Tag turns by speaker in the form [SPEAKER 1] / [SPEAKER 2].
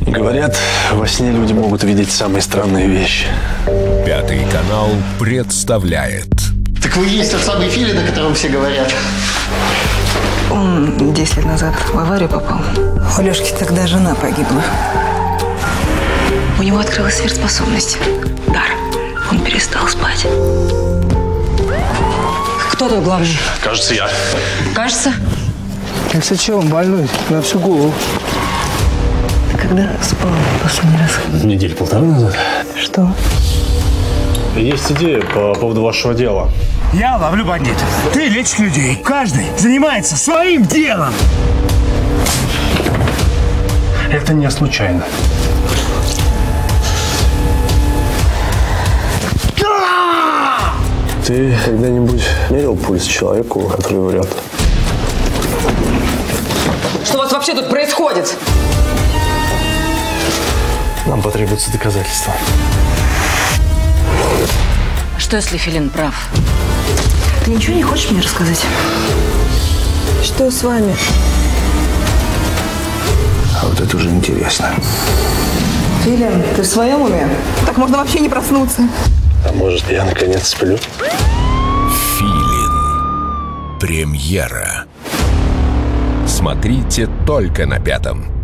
[SPEAKER 1] Говорят, во сне люди могут видеть самые странные вещи.
[SPEAKER 2] Пятый канал представляет
[SPEAKER 3] Так вы есть тот самый Филин, о котором все говорят.
[SPEAKER 4] Он 10 лет назад в аварию попал. У Лешки тогда жена погибла. У него открылась сверхспособность. Дар. Он перестал спать.
[SPEAKER 5] Кто тут главный?
[SPEAKER 1] Кажется, я.
[SPEAKER 5] Кажется,
[SPEAKER 6] Так зачем он больной? На всю голову.
[SPEAKER 4] Когда спал последний раз?
[SPEAKER 1] Недель полторы назад.
[SPEAKER 4] Что?
[SPEAKER 1] Есть идея по поводу вашего дела.
[SPEAKER 7] Я ловлю бандитов. Ты лечишь людей. Каждый занимается своим делом.
[SPEAKER 1] Это не случайно. Ты когда-нибудь мерил пульс человеку, который врет?
[SPEAKER 5] что у вас вообще тут происходит?
[SPEAKER 1] Нам потребуются доказательства.
[SPEAKER 5] Что, если Филин прав?
[SPEAKER 4] Ты ничего не хочешь мне рассказать? Что с вами?
[SPEAKER 1] А вот это уже интересно.
[SPEAKER 4] Филин, ты в своем уме? Так можно вообще не проснуться.
[SPEAKER 1] А может, я наконец сплю?
[SPEAKER 2] Филин. Премьера. Смотрите только на пятом.